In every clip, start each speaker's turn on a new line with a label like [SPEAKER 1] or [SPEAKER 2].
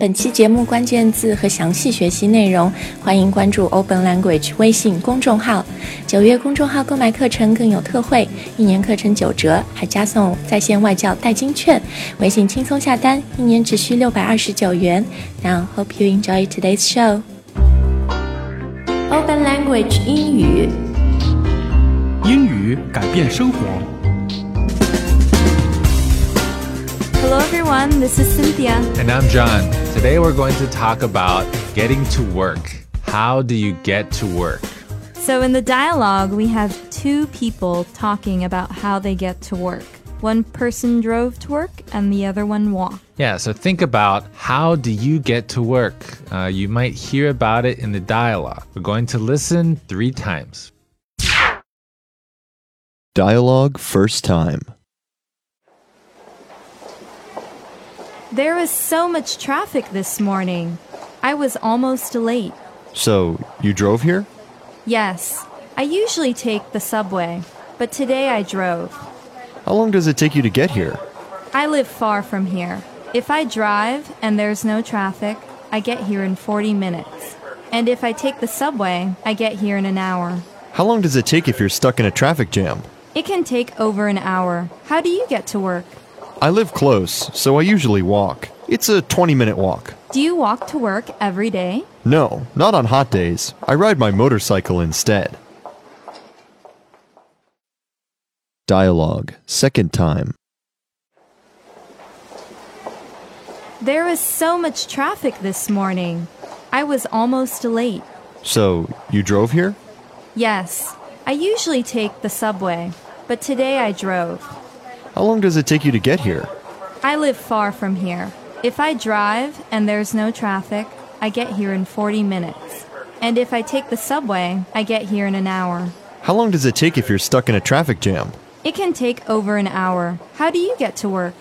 [SPEAKER 1] 本期节目关键字和详细学习内容，欢迎关注 Open Language 微信公众号。九月公众号购买课程更有特惠，一年课程九折，还加送在线外教代金券。微信轻松下单，一年只需六百二十九元。Now hope you enjoy today's show. Open Language 英语
[SPEAKER 2] 英语改变生活。
[SPEAKER 3] Hello everyone, this is Cynthia.
[SPEAKER 4] And I'm John. Today we're going to talk about getting to work. How do you get to work?
[SPEAKER 3] So, in the dialogue, we have two people talking about how they get to work. One person drove to work and the other one walked.
[SPEAKER 4] Yeah, so think about how do you get to work? Uh, you might hear about it in the dialogue. We're going to listen three times.
[SPEAKER 5] Dialogue first time.
[SPEAKER 3] There was so much traffic this morning. I was almost late.
[SPEAKER 5] So, you drove here?
[SPEAKER 3] Yes, I usually take the subway, but today I drove.
[SPEAKER 5] How long does it take you to get here?
[SPEAKER 3] I live far from here. If I drive and there's no traffic, I get here in 40 minutes. And if I take the subway, I get here in an hour.
[SPEAKER 5] How long does it take if you're stuck in a traffic jam?
[SPEAKER 3] It can take over an hour. How do you get to work?
[SPEAKER 5] I live close, so I usually walk. It's a 20 minute walk.
[SPEAKER 3] Do you walk to work every day?
[SPEAKER 5] No, not on hot days. I ride my motorcycle instead. Dialogue second time.
[SPEAKER 3] There was so much traffic this morning. I was almost late.
[SPEAKER 5] So, you drove here?
[SPEAKER 3] Yes, I usually take the subway, but today I drove.
[SPEAKER 5] How long does it take you to get here?
[SPEAKER 3] I live far from here. If I drive and there's no traffic, I get here in 40 minutes. And if I take the subway, I get here in an hour.
[SPEAKER 5] How long does it take if you're stuck in a traffic jam?
[SPEAKER 3] It can take over an hour. How do you get to work?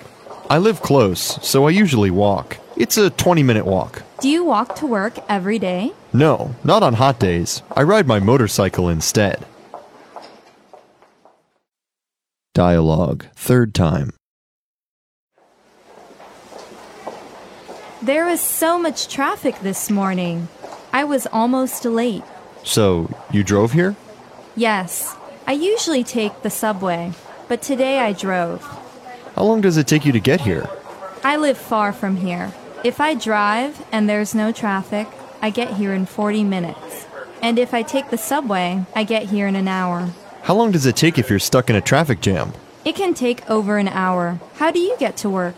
[SPEAKER 5] I live close, so I usually walk. It's a 20 minute walk.
[SPEAKER 3] Do you walk to work every day?
[SPEAKER 5] No, not on hot days. I ride my motorcycle instead. Dialogue, third time.
[SPEAKER 3] There was so much traffic this morning. I was almost late.
[SPEAKER 5] So, you drove here?
[SPEAKER 3] Yes, I usually take the subway, but today I drove.
[SPEAKER 5] How long does it take you to get here?
[SPEAKER 3] I live far from here. If I drive and there's no traffic, I get here in 40 minutes. And if I take the subway, I get here in an hour.
[SPEAKER 5] How long does it take if you're stuck in a traffic jam?
[SPEAKER 3] It can take over an hour. How do you get to work?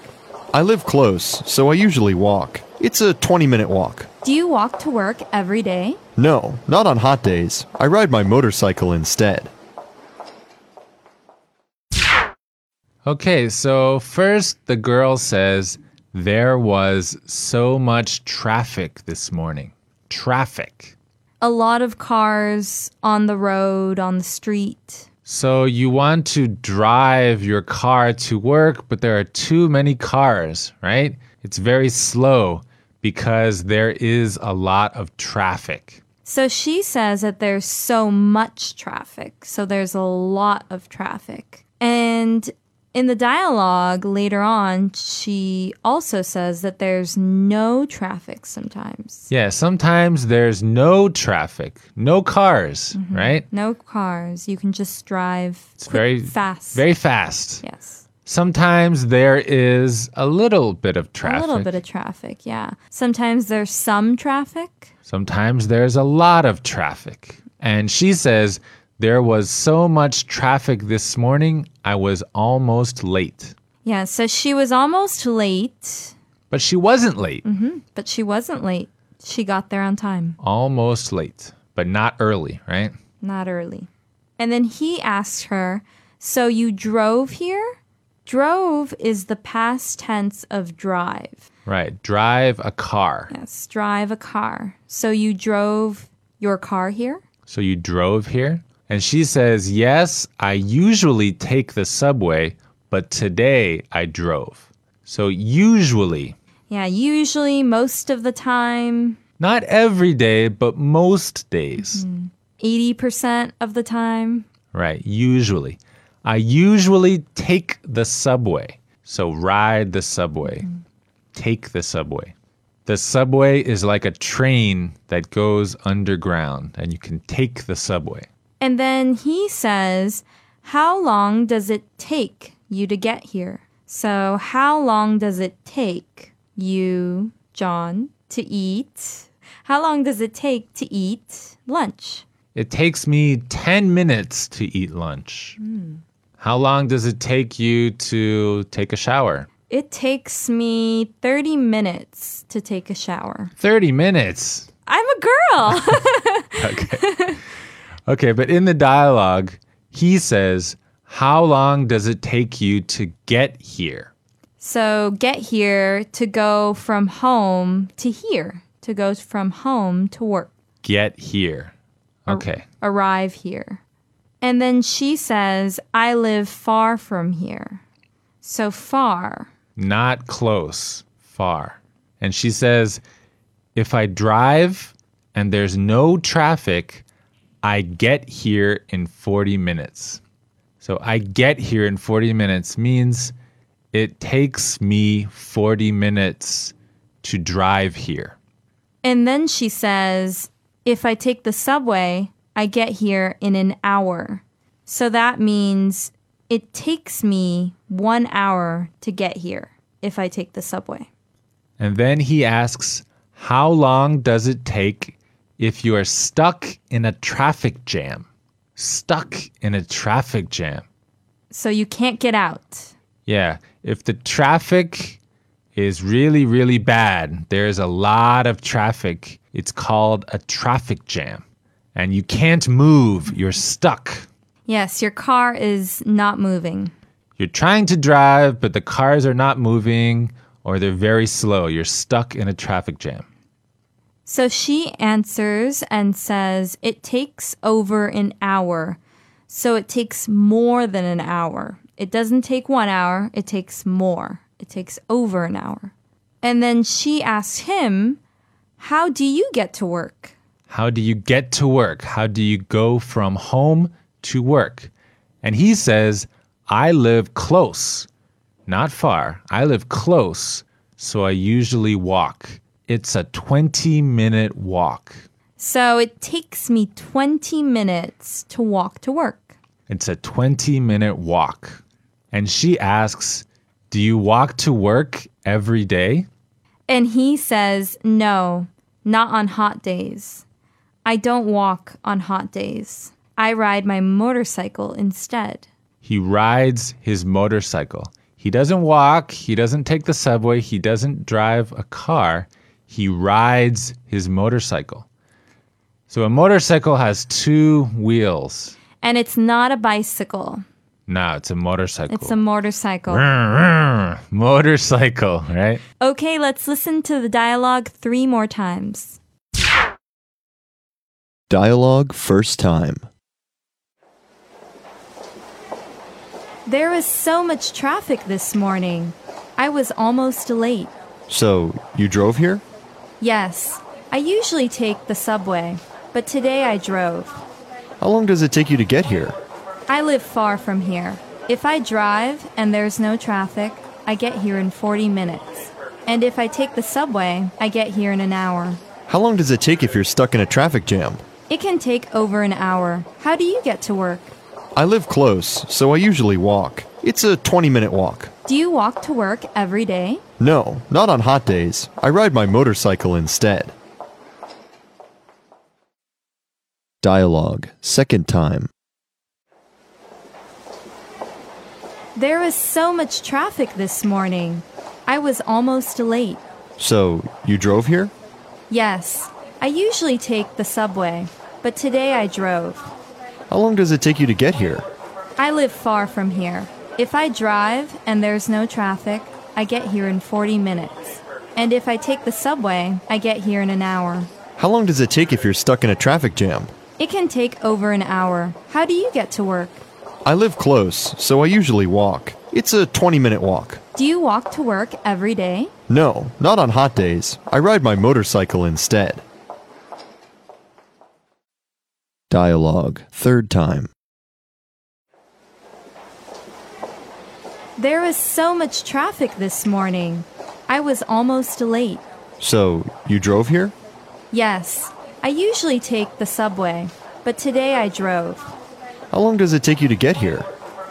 [SPEAKER 5] I live close, so I usually walk. It's a 20 minute walk.
[SPEAKER 3] Do you walk to work every day?
[SPEAKER 5] No, not on hot days. I ride my motorcycle instead.
[SPEAKER 4] Okay, so first the girl says, There was so much traffic this morning. Traffic.
[SPEAKER 3] A lot of cars on the road, on the street.
[SPEAKER 4] So you want to drive your car to work, but there are too many cars, right? It's very slow because there is a lot of traffic.
[SPEAKER 3] So she says that there's so much traffic. So there's a lot of traffic. And in the dialogue later on, she also says that there's no traffic sometimes.
[SPEAKER 4] Yeah, sometimes there's no traffic, no cars, right?
[SPEAKER 3] No cars. You can just drive
[SPEAKER 4] It's
[SPEAKER 3] Mm-hmm. quick,
[SPEAKER 4] very
[SPEAKER 3] fast.
[SPEAKER 4] Very fast.
[SPEAKER 3] yes.
[SPEAKER 4] Sometimes there is a little bit of traffic.
[SPEAKER 3] A little bit of traffic, yeah. Sometimes there's some traffic.
[SPEAKER 4] Sometimes there's a lot of traffic. And she says, There was so much traffic this morning, I was almost late.
[SPEAKER 3] Yeah, so she was almost late,
[SPEAKER 4] But she wasn't late.
[SPEAKER 3] but she wasn't late. She got there on time,
[SPEAKER 4] Almost late, but not early, right?
[SPEAKER 3] not early. And then he asked her, So you drove here? Drove is the past tense of drive.
[SPEAKER 4] Right. Drive a car.
[SPEAKER 3] Yes, drive a car. So you drove your car here?
[SPEAKER 4] So you drove here? And she says, Yes, I usually take the subway, but today I drove. So usually,
[SPEAKER 3] Yeah, usually, most of the time,
[SPEAKER 4] not every day, but most days.
[SPEAKER 3] 80% of the time.
[SPEAKER 4] Right, usually. I usually take the subway. So ride the subway, take the subway. The subway is like a train that goes underground, and you can take the subway.
[SPEAKER 3] And then he says, How long does it take you to get here? So, how long does it take you, John, to eat? How long does it take to eat lunch?
[SPEAKER 4] It takes me 10 minutes to eat lunch. How long does it take you to take a shower?
[SPEAKER 3] It takes me 30 minutes to take a shower.
[SPEAKER 4] 30 minutes.
[SPEAKER 3] I'm a girl.
[SPEAKER 4] Okay, but in the dialogue, he says, How long does it take you to get here?
[SPEAKER 3] so, get here to go from home to here, to go from home to work.
[SPEAKER 4] Get here. Okay.
[SPEAKER 3] arrive here. And then she says, I live far from here. So far.
[SPEAKER 4] Not close, far. And she says, If I drive and there's no traffic, I get here in 40 minutes. So I get here in 40 minutes means it takes me 40 minutes to drive here.
[SPEAKER 3] And then she says, If I take the subway, I get here in an hour. So that means it takes me one hour to get here if I take the subway.
[SPEAKER 4] And then he asks, How long does it take if you are stuck in a traffic jam? Stuck in a traffic jam.
[SPEAKER 3] So you can't get out.
[SPEAKER 4] Yeah, if the traffic is really, really bad, there's a lot of traffic. It's called a traffic jam. And you can't move, you're stuck.
[SPEAKER 3] Yes, your car is not moving.
[SPEAKER 4] You're trying to drive, but the cars are not moving or they're very slow. You're stuck in a traffic jam.
[SPEAKER 3] So she answers and says, It takes over an hour. So it takes more than an hour. It doesn't take one hour, it takes more. It takes over an hour. And then she asks him, How do you get to work?
[SPEAKER 4] How do you get to work? How do you go from home to work? And he says, I live close, not far. I live close, so I usually walk. It's a 20 minute walk.
[SPEAKER 3] So it takes me 20 minutes to walk to work.
[SPEAKER 4] It's a 20 minute walk. And she asks, Do you walk to work every day?
[SPEAKER 3] And he says, No, not on hot days. I don't walk on hot days. I ride my motorcycle instead.
[SPEAKER 4] He rides his motorcycle. He doesn't walk, he doesn't take the subway, he doesn't drive a car. He rides his motorcycle. So a motorcycle has two wheels.
[SPEAKER 3] And it's not a bicycle.
[SPEAKER 4] No, it's a motorcycle.
[SPEAKER 3] It's a motorcycle.
[SPEAKER 4] a motorcycle, right?
[SPEAKER 3] Okay, let's listen to the dialogue three more times.
[SPEAKER 5] Dialogue first time.
[SPEAKER 3] There was so much traffic this morning. I was almost late.
[SPEAKER 5] So, you drove here?
[SPEAKER 3] Yes, I usually take the subway, but today I drove.
[SPEAKER 5] How long does it take you to get here?
[SPEAKER 3] I live far from here. If I drive and there's no traffic, I get here in 40 minutes. And if I take the subway, I get here in an hour.
[SPEAKER 5] How long does it take if you're stuck in a traffic jam?
[SPEAKER 3] It can take over an hour. How do you get to work?
[SPEAKER 5] I live close, so I usually walk. It's a 20 minute walk.
[SPEAKER 3] Do you walk to work every day?
[SPEAKER 5] No, not on hot days. I ride my motorcycle instead. Dialogue second time.
[SPEAKER 3] There was so much traffic this morning. I was almost late.
[SPEAKER 5] So, you drove here?
[SPEAKER 3] Yes, I usually take the subway, but today I drove.
[SPEAKER 5] How long does it take you to get here?
[SPEAKER 3] I live far from here. If I drive and there's no traffic, I get here in 40 minutes. And if I take the subway, I get here in an hour.
[SPEAKER 5] How long does it take if you're stuck in a traffic jam?
[SPEAKER 3] It can take over an hour. How do you get to work?
[SPEAKER 5] I live close, so I usually walk. It's a 20 minute walk.
[SPEAKER 3] Do you walk to work every day?
[SPEAKER 5] No, not on hot days. I ride my motorcycle instead. Dialogue third time.
[SPEAKER 3] There was so much traffic this morning. I was almost late.
[SPEAKER 5] So you drove here?
[SPEAKER 3] Yes, I usually take the subway, but today I drove.
[SPEAKER 5] How long does it take you to get here?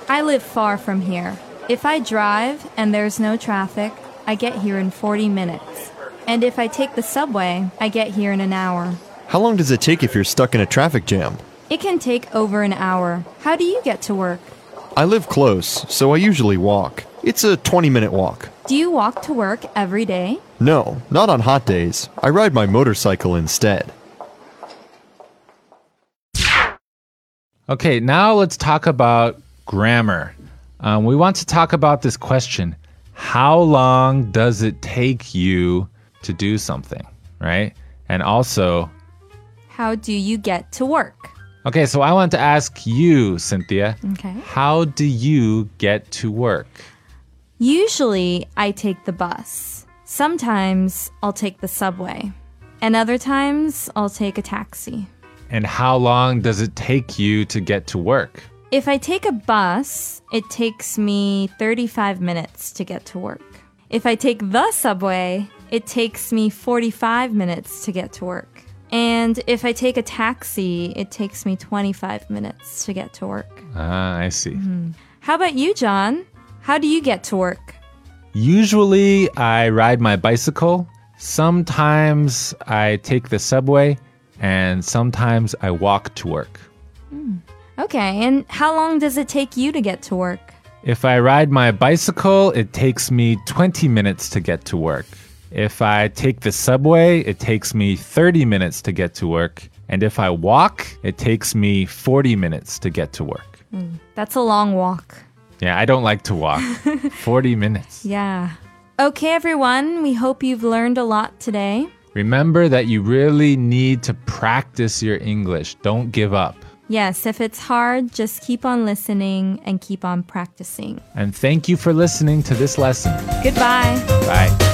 [SPEAKER 3] I live far from here. If I drive and there's no traffic, I get here in 40 minutes. And if I take the subway, I get here in an hour.
[SPEAKER 5] How long does it take if you're stuck in a traffic jam?
[SPEAKER 3] It can take over an hour. How do you get to work?
[SPEAKER 5] I live close, so I usually walk. It's a 20 minute walk.
[SPEAKER 3] Do you walk to work every day?
[SPEAKER 5] No, not on hot days. I ride my motorcycle instead.
[SPEAKER 4] Okay, now let's talk about grammar. Um, we want to talk about this question How long does it take you to do something, right? And also,
[SPEAKER 3] How do you get to work?
[SPEAKER 4] okay, so I want to ask you, Cynthia,
[SPEAKER 3] Okay.
[SPEAKER 4] how do you get to work?
[SPEAKER 3] Usually, I take the bus. Sometimes, I'll take the subway. And other times, I'll take a taxi.
[SPEAKER 4] And how long does it take you to get to work?
[SPEAKER 3] If I take a bus, it takes me 35 minutes to get to work. If I take the subway, it takes me 45 minutes to get to work. And if I take a taxi, it takes me 25 minutes to get to work.
[SPEAKER 4] Ah, I see.
[SPEAKER 3] How about you, John? How do you get to work?
[SPEAKER 4] Usually, I ride my bicycle. Sometimes I take the subway, and sometimes I walk to work.
[SPEAKER 3] Okay, and how long does it take you to get to work?
[SPEAKER 4] If I ride my bicycle, it takes me 20 minutes to get to work. If I take the subway, it takes me 30 minutes to get to work. And if I walk, it takes me 40 minutes to get to work.
[SPEAKER 3] That's a long walk.
[SPEAKER 4] Yeah, I don't like to walk. 40 minutes.
[SPEAKER 3] Yeah. Okay, everyone, we hope you've learned a lot today.
[SPEAKER 4] Remember that you really need to practice your English. Don't give up.
[SPEAKER 3] Yes, if it's hard, just keep on listening and keep on practicing.
[SPEAKER 4] And thank you for listening to this lesson.
[SPEAKER 3] Goodbye.
[SPEAKER 4] Bye.